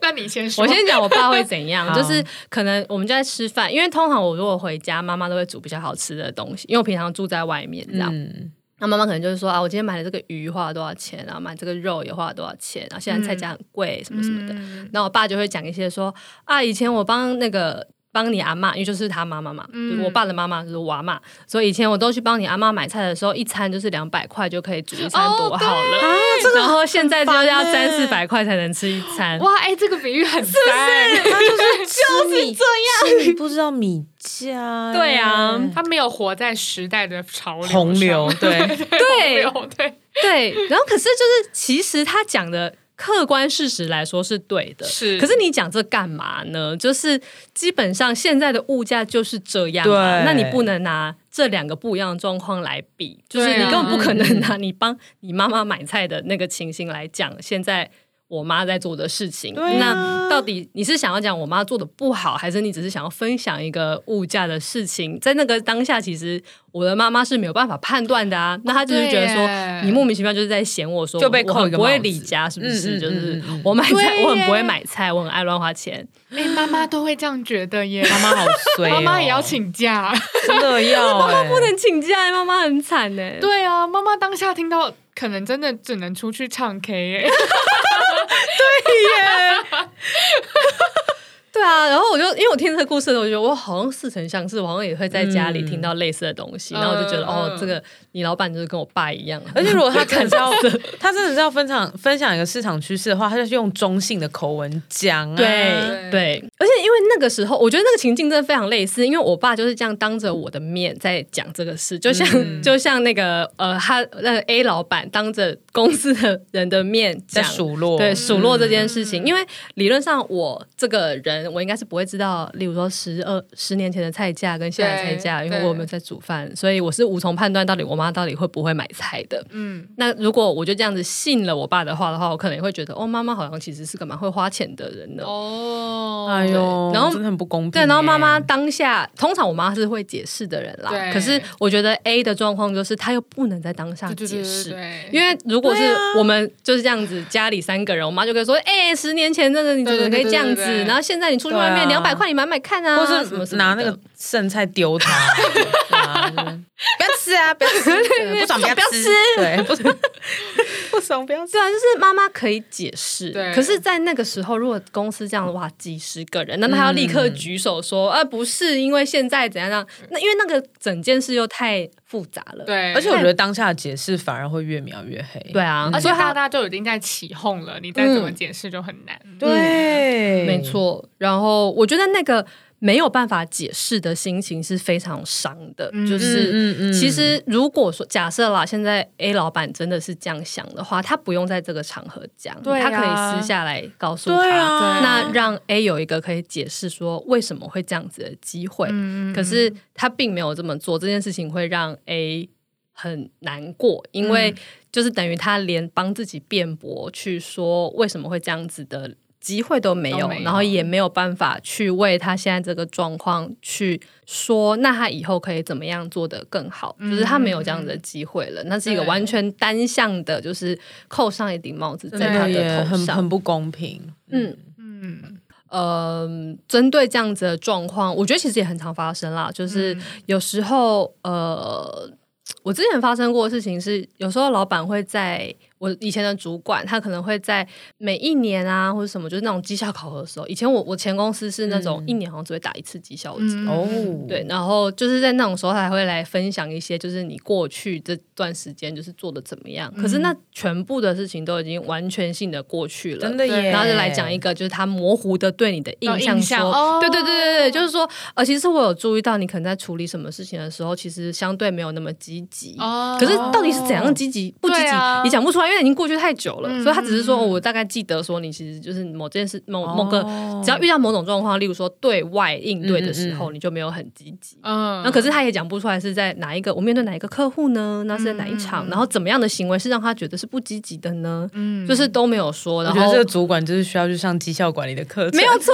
Speaker 2: 那你先说，
Speaker 3: 我先讲我爸会怎样，
Speaker 1: 好
Speaker 3: 就是可能我们就在吃饭，因为通常我如果回家，妈妈都会煮比较好吃的东西，因为我平常住在外面这样。
Speaker 1: 嗯，
Speaker 3: 那妈妈可能就是说啊，我今天买了这个鱼花了多少钱，然后买这个肉也花了多少钱，然后现在菜价很贵，什么什么的。
Speaker 2: 嗯
Speaker 3: 然后我爸就会讲一些说啊，以前我帮那个帮你阿妈，因为就是他妈妈嘛，
Speaker 2: 嗯
Speaker 3: 就是我爸的妈妈就是我阿妈，所以以前我都去帮你阿妈买菜的时候，一餐就是两百块就可以煮一餐，
Speaker 2: 哦
Speaker 3: 多好了。
Speaker 1: 啊
Speaker 2: 啊
Speaker 3: 然后现在就是要三四百块才能吃一餐。
Speaker 2: 欸哇，哎、这个比喻很赞，
Speaker 1: 就是这样，你嗯不知道米价，
Speaker 3: 对啊，
Speaker 2: 他没有活在时代的潮流上
Speaker 1: 洪 流，对，
Speaker 3: 对
Speaker 2: 洪流对，
Speaker 3: 对，然后可是就是其实他讲的。客观事实来说是对的，
Speaker 2: 是
Speaker 3: 可是你讲这干嘛呢？就是基本上现在的物价就是这样、啊，
Speaker 1: 对
Speaker 3: 那你不能拿这两个不一样的状况来比，就是
Speaker 2: 对
Speaker 3: 你
Speaker 2: 啊
Speaker 3: 根本不可能拿 你帮你妈妈买菜的那个情形来讲现在我妈在做的事情。
Speaker 1: 对啊
Speaker 3: 那到底你是想要讲我妈做的不好，还是你只是想要分享一个物价的事情？在那个当下，其实我的妈妈是没有办法判断的啊。那她就是觉得说
Speaker 2: 对耶
Speaker 3: 你莫名其妙就是在嫌我说
Speaker 1: 就被
Speaker 3: 我
Speaker 1: 扣一
Speaker 3: 很
Speaker 1: 个
Speaker 3: 不会
Speaker 1: 帽子
Speaker 3: 理家，是不
Speaker 1: 嗯
Speaker 3: 是？
Speaker 1: 嗯
Speaker 3: 就
Speaker 1: 嗯
Speaker 3: 是
Speaker 1: 嗯
Speaker 3: 我买菜，
Speaker 2: 对
Speaker 3: 我很不会
Speaker 2: 耶
Speaker 3: 买菜，我很爱乱花钱。
Speaker 2: 哎、妈妈都会这样觉得 耶，
Speaker 1: 妈妈好衰、
Speaker 2: 妈妈也要，请假，
Speaker 1: 真的要、欸，妈妈
Speaker 3: 不能请假，妈妈很惨欸呢。
Speaker 2: 对啊，妈妈当下听到，可能真的只能出去唱 K 耶，
Speaker 3: 对啊，然后我就因为我听这个故事的时候，我就觉得我好像似曾相识，我好像也会在家里听到类似的东西，
Speaker 2: 嗯
Speaker 3: 然后我就觉得、
Speaker 2: 嗯
Speaker 3: 哦
Speaker 2: 嗯，
Speaker 3: 这个你老板就是跟我爸一样，
Speaker 1: 而且如果他真的是 要，他真的是要分享分享一个市场趋势的话，他就是用中性的口吻讲啊。
Speaker 3: 对对，而且因为那个时候，我觉得那个情境真的非常类似，因为我爸就是这样当着我的面在讲这个事，就像、 就像那个呃，他那个 A 老板当着公司的人的面
Speaker 1: 在
Speaker 3: 讲。
Speaker 1: 数落，
Speaker 2: 哦
Speaker 3: 对数落这件事
Speaker 2: 嗯
Speaker 3: 情，因为理论上我这个人，我应该是不会知道，例如说十二十年前的菜价跟现在的菜价，
Speaker 2: 对
Speaker 3: 因为我没有在煮饭，所以我是无从判断到底我妈到底会不会买菜的。
Speaker 2: 嗯，
Speaker 3: 那如果我就这样子信了我爸的话的话，我可能也会觉得，哦，妈妈好像其实是个蛮会花钱的人呢。
Speaker 2: 哦，
Speaker 1: 哎呦，
Speaker 3: 对然后
Speaker 1: 真的很不公平、欸
Speaker 3: 对，然后妈妈，当下，通常我妈是会解释的人啦。
Speaker 2: 对
Speaker 3: 可是我觉得 A 的状况就是，她又不能在当下
Speaker 2: 对对
Speaker 3: 解
Speaker 2: 对
Speaker 3: 释，
Speaker 2: 对啊
Speaker 3: 因为如果是我们就是这样子，家里三个人，我妈就可以说：“哎、十年前那个你怎么可以这样
Speaker 2: 对对对
Speaker 3: 子
Speaker 2: 对对？对
Speaker 3: 然后现在你出去外面
Speaker 1: 对啊
Speaker 3: 两百块，你买买看啊，
Speaker 1: 或
Speaker 3: 什么
Speaker 1: 是
Speaker 3: 什么
Speaker 1: 拿那
Speaker 3: 的
Speaker 1: 个剩菜丢他，对啊
Speaker 7: 不要吃啊，不要吃，对不爽不要吃，对，不 爽不爽不要吃。
Speaker 3: 对啊，就是妈妈可以解释
Speaker 2: 对，
Speaker 3: 可是，在那个时候，如果公司这样的话，几十个人，那
Speaker 2: 嗯
Speaker 3: 他要立刻举手说，啊，不是，因为现在怎样怎样，那因为那个整件事又太复杂了，
Speaker 2: 对，
Speaker 1: 而且我觉得当下的解释反而会越描越黑。
Speaker 3: 对啊，
Speaker 2: 而且
Speaker 3: 所以
Speaker 2: 大
Speaker 3: 他
Speaker 2: 家都已经在起哄了，你再怎么解释就很难。
Speaker 7: 对，
Speaker 3: 嗯没。错，然后我觉得那个没有办法解释的心情是非常伤的，
Speaker 2: 嗯
Speaker 3: 就是。
Speaker 1: 嗯嗯
Speaker 3: 其实，如果说假设啦，现在 A 老板真的是这样想的话，他不用在这个场合讲，
Speaker 2: 对啊
Speaker 3: 他可以私下来告诉
Speaker 1: 对
Speaker 3: 他。
Speaker 1: 啊，
Speaker 3: 那让 A 有一个可以解释说为什么会这样子的机会，
Speaker 4: 嗯
Speaker 3: 可是他并没有这么做，这件事情会让 A 很难过，因
Speaker 2: 嗯
Speaker 3: 为就是等于他连帮自己辩驳去说为什么会这样子的机会都没有，
Speaker 2: 都没有
Speaker 3: 然后也没有办法去为他现在这个状况去说，那他以后可以怎么样做得更好，就是他没有这样子的机会了，那是一个
Speaker 2: 嗯对
Speaker 3: 完全单向的，就是扣上一顶帽子在
Speaker 1: 嗯真
Speaker 3: 他
Speaker 1: 的也
Speaker 3: 的头
Speaker 1: 很
Speaker 3: 上，
Speaker 1: 很不公平。
Speaker 3: 嗯。
Speaker 2: 嗯，
Speaker 3: 嗯，针对这样子的状况，我觉得其实也很常发生啦。就是有时候，呃，我之前发生过的事情是，有时候老板会在我以前的主管，他可能会在每一年啊或者什么，就是那种绩效考核的时候。以前我我前公司是那种
Speaker 1: 嗯
Speaker 3: 一年好像只会打一次绩效
Speaker 2: 嗯
Speaker 3: 制，
Speaker 1: 哦，
Speaker 3: 嗯对，然后就是在那种时候，他还会来分享一些，就是你过去这段时间就是做的怎么样。可
Speaker 1: 嗯
Speaker 3: 是那全部的事情都已经完全性的过去了，
Speaker 1: 真的耶。
Speaker 3: 然后就来讲一个，就是他模糊的对你的印象
Speaker 4: 印象
Speaker 3: 说，
Speaker 4: 哦
Speaker 3: 对对对对对，就是说，呃，其实我有注意到你可能在处理什么事情的时候，其实相对没有那么积极。
Speaker 2: 哦
Speaker 3: 可是到底是怎样积极不积极，
Speaker 2: 对啊
Speaker 3: 你讲不出来，因为已经过去太久了。
Speaker 4: 嗯
Speaker 3: 所以他只是说、哦我大概记得说，你其实就是某件事、某某
Speaker 2: 哦
Speaker 3: 个，只要遇到某种状况，例如说对外应对的时候，你就没有很积极。
Speaker 2: 嗯，
Speaker 3: 那可是他也讲不出来是在哪一个，我面对哪一个客户呢？那是在哪一场？然后怎么样的行为是让他觉得是不积极的呢？
Speaker 2: 嗯
Speaker 3: 就是都没有说。
Speaker 1: 我
Speaker 3: 然
Speaker 1: 觉得
Speaker 3: 后
Speaker 1: 这个主管就是需要去上绩效管理的课程，
Speaker 3: 没有错，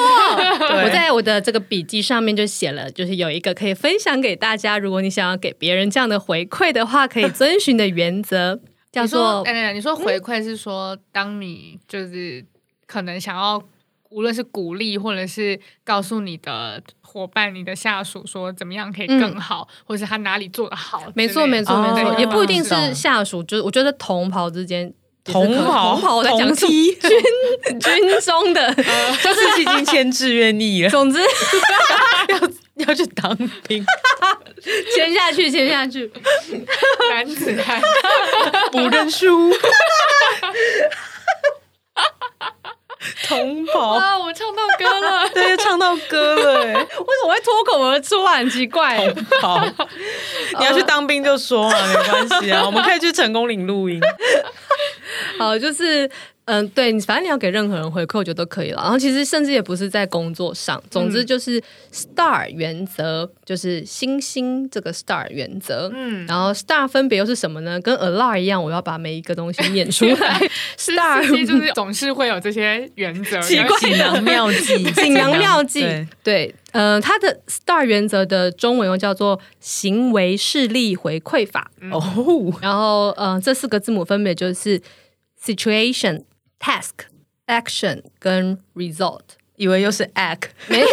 Speaker 1: 对
Speaker 3: 我在我的这个笔记上面就写了，就是有一个可以分享给大家，如果你想要给别人这样的回馈的话，可以遵循的原则叫
Speaker 2: 你说，
Speaker 3: 做
Speaker 2: 哎、你说
Speaker 3: 嗯
Speaker 2: 回馈是说，当你就是可能想要，无论是鼓励或者是告诉你的伙伴、你的下属说怎么样可以更好，或者是他哪里做的好之类的，
Speaker 3: 嗯没错，没错，
Speaker 1: 哦
Speaker 3: 没错，
Speaker 1: 对
Speaker 3: 也不一定是
Speaker 1: 懂
Speaker 3: 下属，就是我觉得同袍之间。
Speaker 1: 同袍
Speaker 3: 同袍我在讲
Speaker 1: 同哦
Speaker 3: 什么 军军 中的，
Speaker 1: 就是已经签志愿役了，
Speaker 3: 总之
Speaker 1: 要去当兵，
Speaker 3: 签下去，签 下去。
Speaker 2: 男子汉，
Speaker 1: 不认输。同袍，
Speaker 2: 啊，我唱到歌了。
Speaker 1: 对，唱到歌了耶，
Speaker 3: 为什么会脱口而出啊？很奇怪。
Speaker 1: 好，你要去当兵就说嘛，没关系啊，我们可以去成功岭露营。
Speaker 3: 好，就是嗯，对，你反正你要给任何人回馈，我觉得都可以了。然后其实甚至也不是在工作上，总
Speaker 2: 嗯
Speaker 3: 之就是 STAR 原则，就是星星这个 STAR 原则。
Speaker 2: 嗯，
Speaker 3: 然后 STAR 分别又是什么呢？跟 ALAR 一样，我要把每一个东西念出 来。
Speaker 2: 大
Speaker 3: STAR
Speaker 2: 西 就是总是会有这些原则，
Speaker 3: 奇怪
Speaker 1: 锦囊妙计，
Speaker 3: 锦囊妙计
Speaker 1: 对，
Speaker 3: 对，呃，它的 STAR 原则的中文又叫做行为事例回馈法。
Speaker 2: 嗯
Speaker 1: 哦，
Speaker 3: 然后，呃，这四个字母分别就是 situation、task、action 跟 result。
Speaker 1: 以为又是 act，
Speaker 3: 没有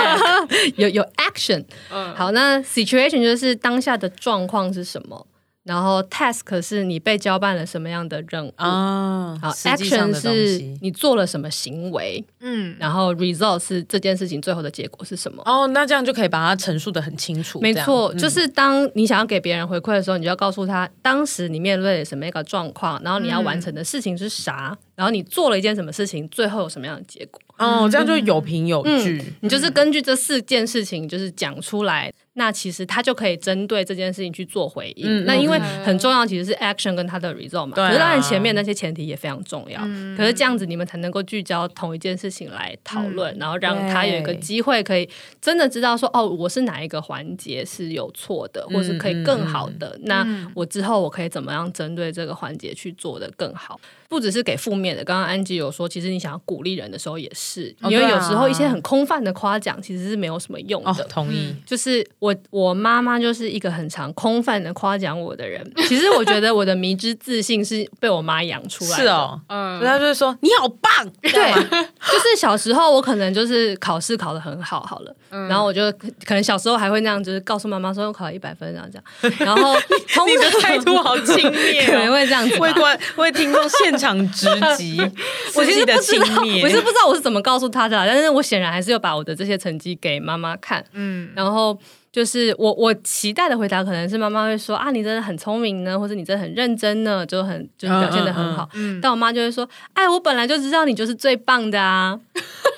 Speaker 3: 有有 action。
Speaker 2: 嗯
Speaker 3: 好，那 situation 就是当下的状况是什么，然后 task 是你被交办了什么样的任务。
Speaker 1: 啊
Speaker 3: 嗯好
Speaker 1: 实际上
Speaker 3: ，action
Speaker 1: 的东
Speaker 3: 是
Speaker 1: 西
Speaker 3: 你做了什么行为，
Speaker 2: 嗯，
Speaker 3: 然后 result 是这件事情最后的结果是什么。
Speaker 1: 哦，那这样就可以把它陈述的很清楚。
Speaker 3: 没
Speaker 1: 这样
Speaker 3: 错，
Speaker 1: 嗯
Speaker 3: 就是当你想要给别人回馈的时候，你就要告诉他当时你面对什么样一个状况，然后你要完成的事情是啥，然后你做了一件什么事情，最后有什么样的结果。
Speaker 1: 哦，这样就有凭有据。
Speaker 3: 你就是根据这四件事情就是讲出来，那其实他就可以针对这件事情去做回应。
Speaker 1: 嗯
Speaker 3: 那因为
Speaker 2: 嗯
Speaker 3: 很重要，其实是 action 跟他的 result 嘛。
Speaker 1: 对啊嗯
Speaker 3: 可是当然前面那些前提也非常重要。可是这样子你们才能够聚焦同一件事情来讨论，
Speaker 1: 嗯
Speaker 3: 然后让他有一个
Speaker 1: 对
Speaker 3: 机会可以真的知道说，哦，我是哪一个环节是有错的，
Speaker 1: 嗯
Speaker 3: 或是可以更好的。那我之后我可以怎么样针对这个环节去做的更好？不只是给负面的。刚刚安吉有说，其实你想要鼓励人的时候也是，
Speaker 1: 哦
Speaker 3: 因为
Speaker 1: 对啊
Speaker 3: 有时候一些很空泛的夸奖其实是没有什么用
Speaker 1: 哦
Speaker 3: 的，。
Speaker 1: 同意。
Speaker 3: 就是我，我妈妈就是一个很常空泛的夸奖我的 人。其实我觉得我的迷之自信是被我妈养出来的。
Speaker 1: 是哦，
Speaker 2: 嗯
Speaker 1: 所以他就会说你好棒，
Speaker 3: 对，就是小时候我可能就是考试考得很好，好了，
Speaker 1: 嗯
Speaker 3: 然后我就可能小时候还会那样，就是告诉妈妈说我考了一百分，然后这 样，然后通
Speaker 1: 你的
Speaker 3: 常
Speaker 1: 态度好轻
Speaker 3: 可能
Speaker 1: 蔑 哦，
Speaker 3: 会这样子吧。
Speaker 1: 为观为听众现场直 击
Speaker 3: 我
Speaker 1: 自
Speaker 3: 其
Speaker 1: 己
Speaker 3: 实
Speaker 1: 的
Speaker 3: 不知
Speaker 1: 轻
Speaker 3: 道，我是
Speaker 1: 蔑
Speaker 3: 不。知道我是怎么告诉他的啦，但是我显然还是要把我的这些成绩给妈妈看，
Speaker 2: 嗯，
Speaker 3: 然后就是我我期待的回答可能是妈妈会说啊，你真的很聪明呢，或者你真的很认真呢，就很就是表现的很好。
Speaker 2: 嗯嗯嗯
Speaker 3: 但我妈就会说，哎，我本来就知道你就是最棒的 啊。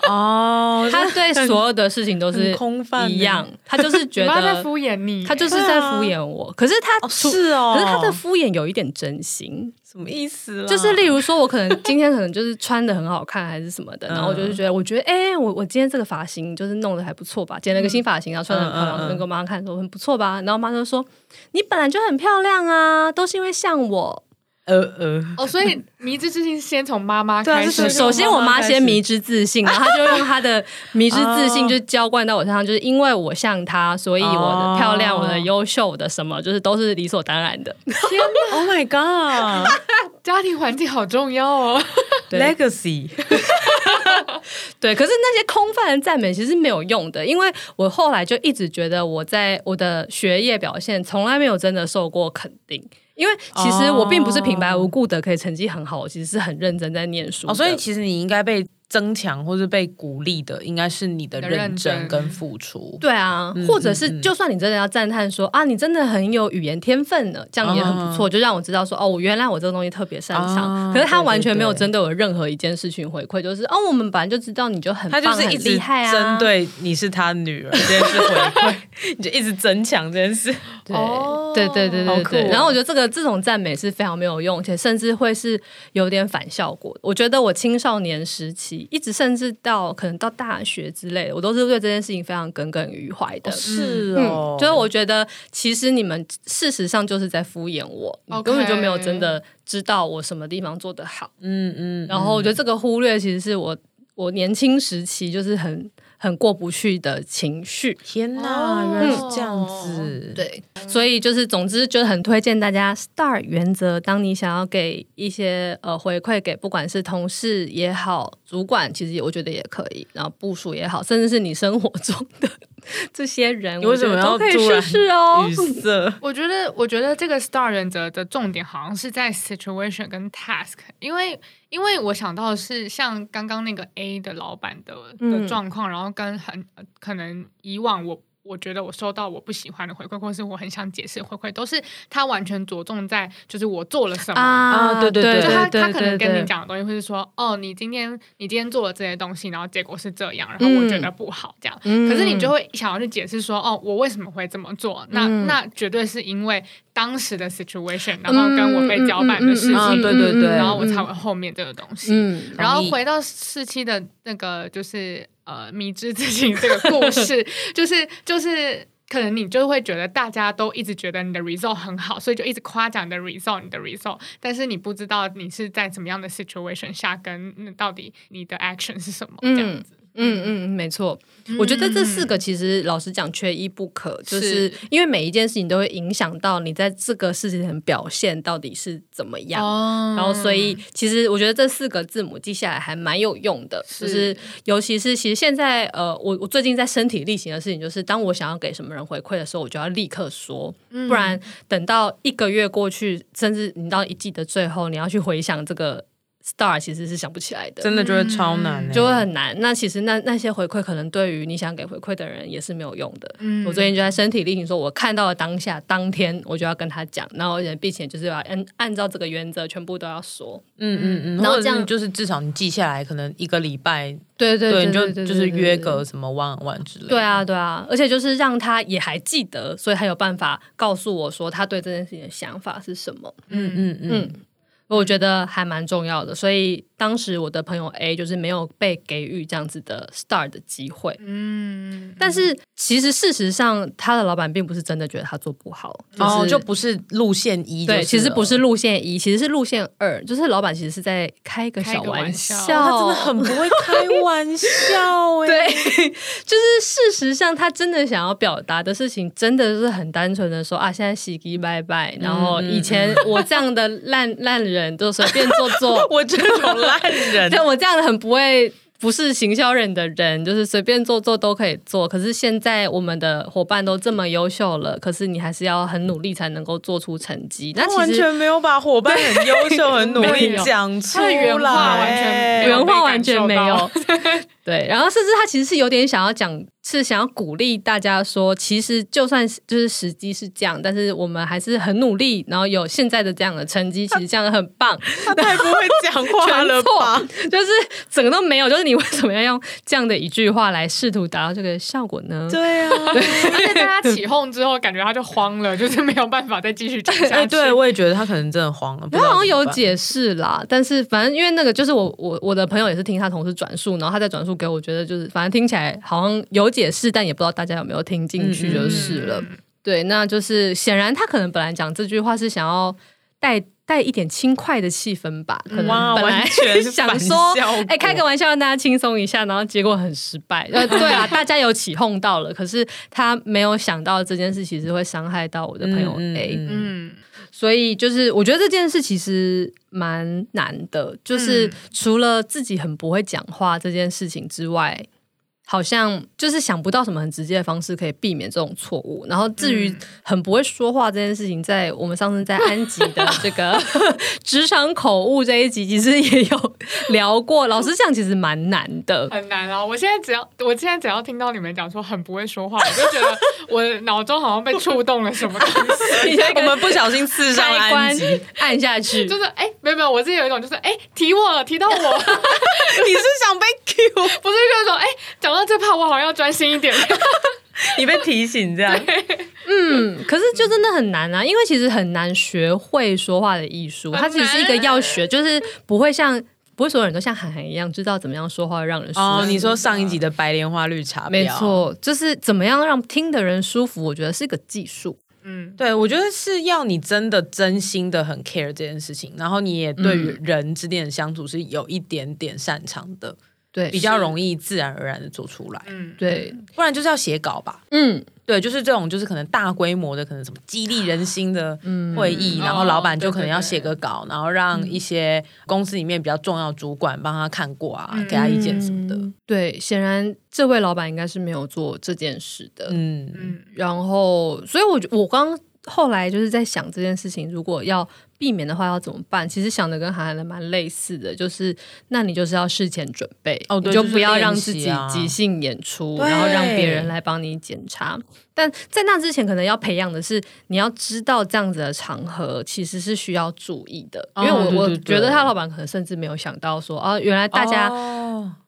Speaker 1: 哦，
Speaker 3: 她对所有的事情都
Speaker 1: 很
Speaker 3: 是
Speaker 1: 空泛欸
Speaker 3: 一
Speaker 1: 耶
Speaker 3: 样，她就是觉
Speaker 2: 你妈在
Speaker 3: 得
Speaker 2: 敷衍你，
Speaker 3: 她就是在敷衍我。可是她
Speaker 1: 哦
Speaker 3: 出
Speaker 1: 是哦，
Speaker 3: 可是她的敷衍有一点真心，
Speaker 1: 什么意思啦？
Speaker 3: 就是例如说，我可能今天可能就是穿的很好看，还是什么的，然后我就是觉得，我觉得，哎、我我今天这个发型就是弄得还不错吧，剪了个新发型，然后穿的很漂亮，
Speaker 1: 嗯嗯嗯
Speaker 3: 跟跟我妈看说很不错吧，然后我妈就说，你本来就很漂亮啊，都是因为像我。
Speaker 1: 呃呃，
Speaker 2: 哦，所以迷之自信先从妈妈
Speaker 1: 对啊
Speaker 2: 开
Speaker 1: 就
Speaker 2: 始，
Speaker 1: 是
Speaker 3: 首先，我妈先迷之自信，然后她就用她的迷之自信
Speaker 1: 哦
Speaker 3: 就浇灌到我身上，就是因为我像她，所以我的漂亮、
Speaker 1: 哦
Speaker 3: 我的优秀、我的什么，就是都是理所当然的。
Speaker 1: ，Oh my God，Legacy，
Speaker 2: 家庭环境好重要哦。
Speaker 3: 对对，可是那些空泛的赞美其实没有用的，因为我后来就一直觉得我在我的学业表现从来没有真的受过肯定，因为其实我并不是平白无故的可以成绩很好，我其实是很认真在念书的。
Speaker 1: 哦，所以其实你应该被增强或是被鼓励的，应该是你的
Speaker 2: 你的认
Speaker 1: 认真
Speaker 2: 真
Speaker 1: 跟付出。
Speaker 3: 对啊，
Speaker 1: 嗯
Speaker 3: 或者是
Speaker 1: 嗯嗯
Speaker 3: 就算你真的要赞叹说、啊，你真的很有语言天分呢，这样也很不错，就让我知道说哦，我原来我这个东西特别擅长。
Speaker 1: 啊
Speaker 3: 可是他完全没有
Speaker 1: 对对对
Speaker 3: 针对我任何一件事情回馈，就是哦，我们本来就知道你就很
Speaker 1: 他
Speaker 3: 棒
Speaker 1: 就是一
Speaker 3: 很
Speaker 1: 直
Speaker 3: 厉害啊，
Speaker 1: 针对你是他女儿这件事回 馈，你就一直增强这件事。
Speaker 3: 对、
Speaker 2: 哦
Speaker 3: 对对对对对。
Speaker 1: 好酷哦
Speaker 3: 然后我觉得这个这种赞美是非常没有用，而且甚至会是有点反效果。我觉得我青少年时期，一直甚至到可能到大学之类的，我都是对这件事情非常耿耿于怀的。
Speaker 1: 哦是哦
Speaker 3: 嗯，就是我觉得，其实你们事实上就是在敷衍我，你
Speaker 2: OK
Speaker 3: 根本就没有真的知道我什么地方做得好。
Speaker 1: 嗯嗯，
Speaker 3: 然后我觉得这个忽略，其实是我我年轻时期就是很很过不去的情绪。
Speaker 1: 天哪，
Speaker 2: 哦
Speaker 1: 原来是这样子。
Speaker 3: 对，所以就是，总之就很推荐大家 STAR 原则。当你想要给一些呃回馈给不管是同事也好、主管，其实也我觉得也可以，然后部署也好，甚至是你生活中的这些人，
Speaker 1: 你为什么要
Speaker 3: 我觉得都
Speaker 1: 突
Speaker 3: 可以
Speaker 1: 然
Speaker 3: 试试哦
Speaker 1: 语？塞
Speaker 2: 我觉得，我觉得这个 STAR 原则的重点好像是在 situation 跟 task，因为因为我想到的是像刚刚那个 A 的老板的的
Speaker 3: 嗯
Speaker 2: 状况，然后跟很呃可能以往我我觉得我收到我不喜欢的回馈，或是我很想解释的回馈，都是他完全着重在就是我做了什么。
Speaker 1: 啊对对对
Speaker 2: 就他
Speaker 3: 对
Speaker 2: 他可能跟
Speaker 3: 对
Speaker 2: 你讲的东西，会是说，哦，你今天你今天做了这些东西，然后结果是这样，然后我觉得不好，这样。
Speaker 3: 嗯
Speaker 2: 可是你就会想要去解释说，哦，我为什么会这么做？那、
Speaker 3: 嗯
Speaker 2: 那绝对是因为当时的 situation，然后跟我被搅
Speaker 3: 嗯
Speaker 2: 拌
Speaker 3: 嗯嗯
Speaker 2: 的事情，
Speaker 1: 啊对对对
Speaker 2: 然后我才会后面这个东西。
Speaker 3: 嗯
Speaker 2: 然后
Speaker 1: 同意
Speaker 2: 回到四期的那个就是呃迷之自信这个故事，就是就是。可能你就会觉得大家都一直觉得你的 result 很好，所以就一直夸奖你的 result，你的 result，但是你不知道你是在怎么样的 situation 下，跟嗯到底你的 action 是什么这样子。
Speaker 3: 嗯嗯，没错。我觉得这四个其实老实讲缺一不可，就是
Speaker 2: 是
Speaker 3: 因为每一件事情都会影响到你在这个事情上表现到底是怎么样。
Speaker 2: 哦
Speaker 3: 然后，所
Speaker 1: 嗯
Speaker 3: 以其实我觉得这四个字母记下来还蛮有用的，
Speaker 2: 是
Speaker 3: 就是尤其是其实现在呃，我我最近在身体力行的事情就是，当我想要给什么人回馈的时候，我就要立刻说，
Speaker 1: 嗯
Speaker 3: 不然等到一个月过去，甚至你到一季的最后，你要去回想这个 star，其实是想不起来的，
Speaker 1: 真的就会超难欸，
Speaker 3: 就会很难。那其实那那些回馈，可能对于你想给回馈的人也是没有用的。
Speaker 1: 嗯
Speaker 3: 我最近就在身体力行，说我看到了当下当天，我就要跟他讲，然后也并且就是要按按照这个原则，全部都要说。
Speaker 1: 嗯嗯嗯，
Speaker 3: 然后
Speaker 1: 或者
Speaker 3: 这
Speaker 1: 是
Speaker 3: 样
Speaker 1: 就是至少你记下来，可能一个礼拜，
Speaker 3: 对对
Speaker 1: 你就
Speaker 3: 对
Speaker 1: 就是约。
Speaker 3: 对对对
Speaker 1: 个什么 one on one 之类的。
Speaker 3: 对啊，对啊，而且就是让他也还记得，所以他有办法告诉我说他对这件事情的想法是什么。
Speaker 1: 嗯，嗯嗯
Speaker 3: 嗯，我觉得还蛮重要的。所以当时我的朋友 A 就是没有被给予这样子的 star 的机会。
Speaker 8: 嗯，
Speaker 3: 但是其实事实上，他的老板并不是真的觉得他做不好，
Speaker 1: 哦，
Speaker 3: 是
Speaker 1: 就不是路线一就是了，哦
Speaker 3: 对，其实不是路线一，其实是路线二，就是老板其实是在开个
Speaker 8: 开
Speaker 3: 小
Speaker 8: 个玩笑
Speaker 3: 笑，
Speaker 1: 哦他真的很不会开玩笑 哎、
Speaker 3: 对， 就是事实上，他真的想要表达的事情，真的是很单纯的说啊，现在洗涤拜拜，然后以前我这样的烂烂人都随便做做，
Speaker 1: 我这种烂 人， 啊
Speaker 3: 对我这样的很不会。不是行销人的人，就是随便做做都可以做。可是现在我们的伙伴都这么优秀了，可是你还是要很努力才能够做出成绩。那
Speaker 1: 他完
Speaker 3: 其实
Speaker 1: 全没有把伙伴很优秀、 很努
Speaker 8: 没
Speaker 1: 力
Speaker 8: 有
Speaker 1: 讲出哎
Speaker 8: 他的原话完全
Speaker 1: 来，
Speaker 8: 没有
Speaker 3: 原
Speaker 8: 被
Speaker 3: 话
Speaker 8: 感
Speaker 3: 完全
Speaker 8: 受
Speaker 3: 没
Speaker 8: 到
Speaker 3: 有。对，然后甚至他其实是有点想要讲，是想要鼓励大家说，其实就算是就是时机是这样，但是我们还是很努力，然后有现在的这样的成绩，其实这样很棒。
Speaker 1: 他太不会讲话
Speaker 3: 全
Speaker 1: 了吧
Speaker 3: 错？，就是整个都没有，就是你为什么要用这样的一句话来试图达到这个效果呢？
Speaker 1: 对啊，
Speaker 2: 而且在他起哄之后，感觉他就慌了，就是没有办法再继续讲
Speaker 1: 哎、
Speaker 2: 下去。
Speaker 1: 对，我也觉得他可能真的慌了。不知
Speaker 3: 他
Speaker 1: 道
Speaker 3: 好
Speaker 1: 怎么
Speaker 3: 像有
Speaker 1: 办，
Speaker 3: 解释啦，但是反正因为那个就是我我我的朋友也是听他同事转述，然后他再转述给我，我觉得就是反正听起来好像有解释，但也不知道大家有没有听进
Speaker 1: 嗯
Speaker 3: 去就是了。对，那就是显然他可能本来讲这句话是想要带带一点轻快的气氛吧，可
Speaker 1: 哇
Speaker 3: 能嗯本来
Speaker 1: 完全是
Speaker 3: 想
Speaker 1: 反
Speaker 3: 说
Speaker 1: 效果
Speaker 3: 哎、开个玩笑让大家轻松一下，然后结果很失败。呃，对啊，大家有起哄到了，可是他没有想到这件事其实会伤害到我的朋友 A。
Speaker 1: 嗯嗯嗯
Speaker 8: 嗯，
Speaker 3: 所以就是，我觉得这件事其实蛮难的，就是
Speaker 8: 嗯
Speaker 3: 除了自己很不会讲话这件事情之外，好像就是想不到什么很直接的方式可以避免这种错误。然后至
Speaker 1: 嗯
Speaker 3: 于很不会说话这件事情，在我们上次在安吉 的这个职场口误这一集，其实也有聊过。老实讲，其实蛮难的。
Speaker 2: 很难啊！我现在只要，我现在只要听到你们讲说很不会说话，我就觉得我脑中好像被触动了什么东西。
Speaker 1: 哎我们不小心刺伤
Speaker 3: 开关
Speaker 1: 安吉，你
Speaker 3: 按下去，
Speaker 2: 就是哎、没有没有，我自己有一种就是哎、提我了，提到我，不是
Speaker 1: 是想被 Q，
Speaker 2: 就是说哎，讲、到这怕我好像要专心一点。
Speaker 1: 你被提醒这 样，
Speaker 3: 嗯，可是就真的很难
Speaker 1: 嗯
Speaker 3: 啊，因为其实很难学会说话的艺术，它其实是一个要学，就是不会像不会所有人都像韩寒一样知道怎么样说话让人舒服。
Speaker 1: 哦，你说上一集的白莲花绿茶，
Speaker 3: 没。错，就是怎么样让听的人舒服，我觉得是个技术。
Speaker 2: 嗯，
Speaker 1: 对，我觉得是要你真的真心的很 care 这件事情，然后你也对
Speaker 3: 嗯
Speaker 1: 于人之间的相处是有一点点擅长的，
Speaker 3: 对，
Speaker 1: 比较容易自然而然的做出来。
Speaker 3: 对，
Speaker 1: 不然就是要写稿吧。
Speaker 3: 嗯，
Speaker 1: 对，就是这种，就是可能大规模的，可能什么激励人心的会议，
Speaker 8: 嗯
Speaker 1: 然后老板就
Speaker 8: 哦对
Speaker 1: 可能要写个稿，然后让一些公司里面比较重要的主管帮他看过啊，
Speaker 8: 嗯
Speaker 1: 给他意见什么的。
Speaker 3: 对，显然这位老板应该是没有做这件事的。
Speaker 1: 嗯，
Speaker 3: 然后，所以我觉我刚后来就是在想这件事情，如果要避免的话要怎么办？其实想的跟韩寒的蛮类似的，就是那你就是要事前准备，
Speaker 1: 哦对
Speaker 3: 你就
Speaker 1: 就是
Speaker 3: 不要
Speaker 1: 练
Speaker 3: 让
Speaker 1: 习
Speaker 3: 自己
Speaker 1: 啊
Speaker 3: 即兴演出，
Speaker 1: 对
Speaker 3: 然后让别人来帮你检查。但在那之前，可能要培养的是你要知道这样子的场合其实是需要注意的，因为
Speaker 1: 哦
Speaker 3: 我
Speaker 1: 对
Speaker 3: 我
Speaker 1: 对
Speaker 3: 觉
Speaker 1: 对
Speaker 3: 得他老板可能甚至没有想到说啊，原来大家、
Speaker 1: 哦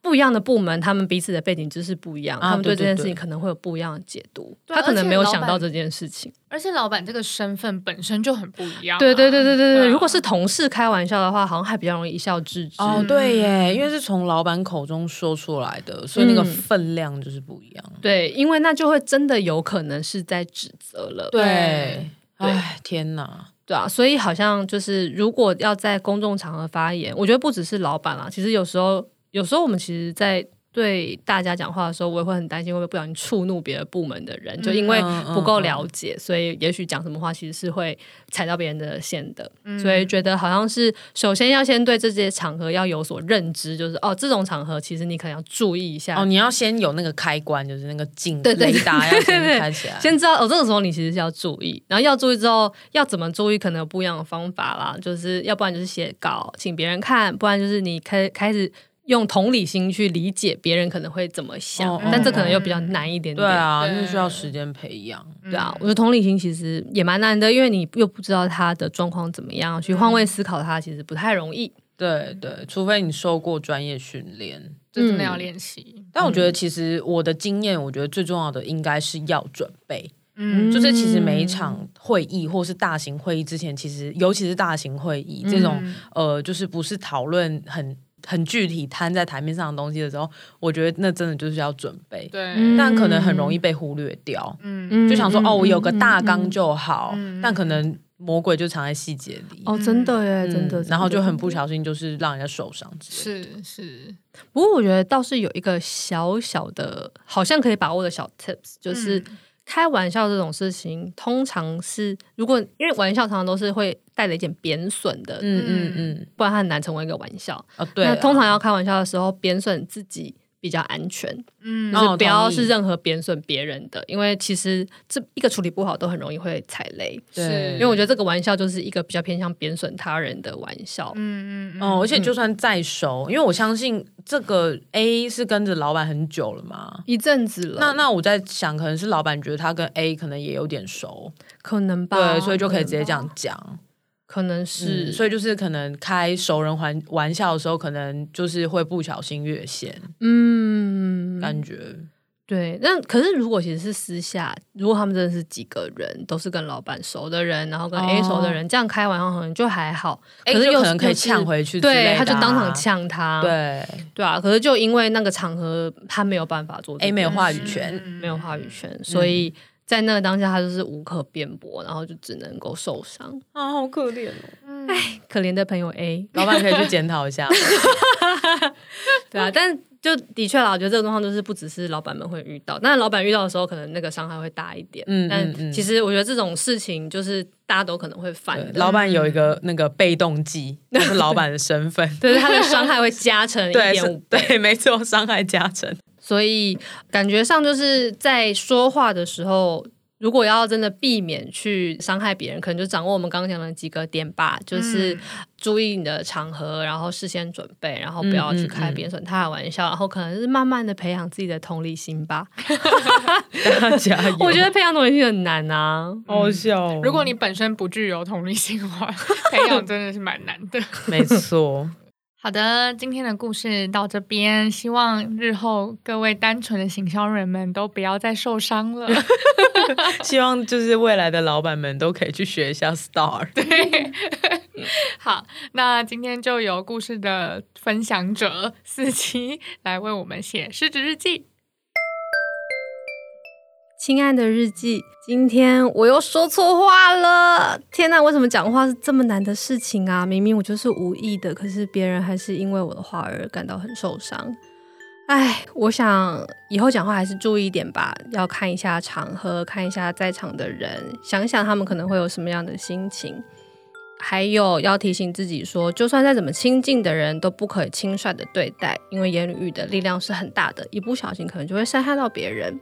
Speaker 3: 不一样的部门，他们彼此的背景知识不一样，
Speaker 1: 啊
Speaker 3: 他们对
Speaker 1: 对
Speaker 3: 这
Speaker 1: 对
Speaker 3: 件事情
Speaker 1: 对
Speaker 3: 可能会有不一样的解读。
Speaker 8: 对
Speaker 3: 他可
Speaker 8: 而
Speaker 3: 能
Speaker 8: 且
Speaker 3: 没有
Speaker 8: 老
Speaker 3: 想
Speaker 8: 板
Speaker 3: 到这件事情。
Speaker 8: 而且老板这个身份本身就很不一样啊、
Speaker 3: 对对对对对
Speaker 8: 对啊
Speaker 3: 对，如果是嗯同事开玩笑的话，好像还比较容易一笑置之。
Speaker 1: 哦，对耶，因为是从老板口中说出来的，所以那个
Speaker 3: 嗯
Speaker 1: 分量就是不一样。
Speaker 3: 对，因为那就会真的有可能是在指责了。
Speaker 1: 对，哎，天哪！
Speaker 3: 对啊，所以好像就是如果要在公众场合发言，我觉得不只是老板啦，其实有时候有时候我们其实，在对大家讲话的时候，我也会很担心会不会不小心触怒别的部门的人，就因为不够了解，所以也许讲什么话其实是会踩到别人的线的，所以觉得好像是首先要先对这些场合要有所认知，就是哦，这种场合其实你可能要注意一下，
Speaker 1: 哦，你要先有那个开关，就是那个警
Speaker 3: 对对
Speaker 1: 雷达要
Speaker 3: 对对
Speaker 1: 先开起来。
Speaker 3: 先知道哦，这个时候你其实是要注意，然后要注意之后要怎么注意，可能有不一样的方法啦，就是要不然就是写稿请别人看，不然就是你开开始用同理心去理解别人可能会怎么想，
Speaker 1: 哦
Speaker 3: 但这
Speaker 1: 哦
Speaker 3: 可能又比较难一点
Speaker 1: 对
Speaker 3: 点。
Speaker 1: 啊，
Speaker 8: 对
Speaker 1: 那需要时间培养。
Speaker 3: 对啊，我觉得同理心其实也蛮难的，因为你又不知道他的状况怎么样，去换位思考他其实不太容易。
Speaker 1: 对对，除非你受过专业训练。
Speaker 8: 就真的要
Speaker 3: 嗯
Speaker 8: 练习。
Speaker 1: 但我觉得，其实我的经验，我觉得最重要的应该是要准备，
Speaker 2: 嗯
Speaker 1: 就是其实每一场会议或是大型会议之前，其实尤其是大型会议这种、
Speaker 2: 嗯
Speaker 1: 呃，就是不是讨论很很具体摊在台面上的东西的时候，我觉得那真的就是要准备，
Speaker 9: 对，
Speaker 1: 但可能很容易被忽略掉。
Speaker 9: 嗯，
Speaker 1: 就想说哦，我有个大纲
Speaker 3: 嗯嗯
Speaker 1: 就好，
Speaker 9: 嗯
Speaker 1: 但可能魔鬼就藏在细节里。
Speaker 3: 哦，真的耶，
Speaker 1: 嗯
Speaker 3: 真的，
Speaker 1: 然后就很不
Speaker 3: 小。
Speaker 1: 小心，就是让人家受伤之类的。
Speaker 9: 是是，
Speaker 3: 不过我觉得倒是有一个小小的，好像可以把握的小 tips，就是
Speaker 9: 嗯
Speaker 3: 开玩笑这种事情，通常是如果因为玩笑常常都是会带着一点贬损的，
Speaker 1: 嗯嗯嗯，
Speaker 3: 不然它很难成为一个玩笑。
Speaker 1: 哦对啊，
Speaker 3: 那通常要开玩笑的时候，贬损自己比较安全，
Speaker 9: 嗯
Speaker 3: 就是
Speaker 1: 哦
Speaker 3: 不要
Speaker 1: 同意
Speaker 3: 是任何贬损别人的，因为其实这一个处理不好都很容易会踩雷。
Speaker 1: 对
Speaker 3: 因为我觉得这个玩笑就是一个比较偏向贬损他人的玩笑，
Speaker 9: 嗯嗯，
Speaker 1: 哦，而且就算再熟，因为我相信这个 A 是跟着老板很久了嘛。
Speaker 3: 一阵子了，
Speaker 1: 那那我在想，可能是老板觉得他跟 A 可能也有点熟，
Speaker 3: 可能吧，
Speaker 1: 对，所以就可以直接
Speaker 3: 能吧
Speaker 1: 这样讲。
Speaker 3: 可能是，
Speaker 1: 嗯所以就是可能开熟人玩玩笑的时候，可能就是会不小心越线，
Speaker 3: 嗯，
Speaker 1: 感觉
Speaker 3: 对，那可是如果其实是私下，如果他们真的是几个人，都是跟老板熟的人，然后跟 A 熟的人，这样开玩笑可能就还好。
Speaker 1: A
Speaker 3: 可是
Speaker 1: 哦哎就
Speaker 3: 又
Speaker 1: 可能可以
Speaker 3: 又是
Speaker 1: 呛回去之类的
Speaker 3: 对，
Speaker 1: 啊
Speaker 3: 他就当场呛他，
Speaker 1: 对
Speaker 3: 对啊。可是就因为那个场合，他没有办法做这
Speaker 1: A 哎没有
Speaker 3: 件
Speaker 1: 话
Speaker 3: 事
Speaker 1: 语权，
Speaker 3: 没有话语权，所以在那个当下，他就是无可辩驳，然后就只能够受伤。
Speaker 1: 啊，好可怜哦。
Speaker 3: 可怜的朋友 A，
Speaker 1: 老板可以去检讨一下，
Speaker 3: 对
Speaker 1: 嗯
Speaker 3: 啊，但就的确啦，我觉得这个状况就是不只是老板们会遇到，但老板遇到的时候，可能那个伤害会大一点。
Speaker 1: 嗯嗯嗯
Speaker 3: 但其实我觉得这种事情就是大家都可能会犯
Speaker 1: 对
Speaker 3: 的，
Speaker 1: 老板有一个那个被动技，那是老板的身份
Speaker 3: 。对他的伤害会加成 一
Speaker 1: 对
Speaker 3: 点
Speaker 1: 是
Speaker 3: 五，
Speaker 1: 对，没错，伤害加成。
Speaker 3: 所以感觉上就是在说话的时候。如果要真的避免去伤害别人，可能就掌握我们刚刚讲的几个点
Speaker 1: 嗯
Speaker 3: 吧，就是注意你的场合，然后事先准备，然后不要去
Speaker 1: 嗯
Speaker 3: 开
Speaker 1: 嗯嗯
Speaker 3: 贬损他的玩笑，然后可能是慢慢的培养自己的同理心吧。
Speaker 1: 大家有，
Speaker 3: 我觉得培养同理心很难啊，
Speaker 1: 好笑哦、
Speaker 9: 如果 你本身不具有同理心的话， 培养真的是蛮难的。
Speaker 1: 没错，
Speaker 2: 好的，今天的故事到这边，希望日后各位单纯的行销人们都不要再受伤 了。
Speaker 1: 希望就是未来的老板们都可以去学一下 Star。对，
Speaker 2: 好，那今天就由故事的分享者四期来为我们写《失职日记》。
Speaker 3: 亲爱的日记，今天我又说错话了！天呐，为什么讲话是这么难的事情啊？明明我就是无意的，可是别人还是因为我的话而感到很受伤。唉，我想以后讲话还是注意一点吧，要看一下场合，看一下在场的人，想想他们可能会有什么样的心情。还有要提醒自己说，就算再怎么亲近的人都不可以轻率的对待，因为言语的力量是很大的，一不小心可能就会伤害到别人。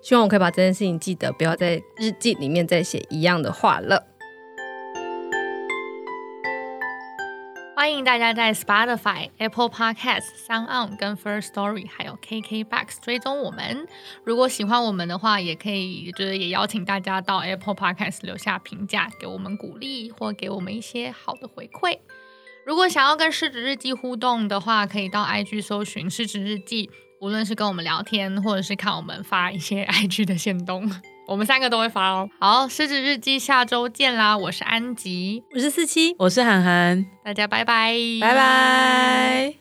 Speaker 3: 希望我可以把这件事情记得，不要在日记里面再写一样的话了。
Speaker 2: 欢迎大家在 Spotify、Apple Podcast、Sound On 跟 First Story 还有 KKBox 追踪我们。如果喜欢我们的话，也可以就是也邀请大家到 Apple Podcast 留下评价，给我们鼓励或给我们一些好的回馈。如果想要跟失职日记互动的话，可以到 IG 搜寻失职日记，无论是跟我们聊天，或者是看我们发一些 IG 的线动，我们三个都会发哦。好，失职日记下周见啦！我是安吉，
Speaker 3: 我是四七，
Speaker 1: 我是涵涵，
Speaker 2: 大家拜拜，
Speaker 1: 拜拜。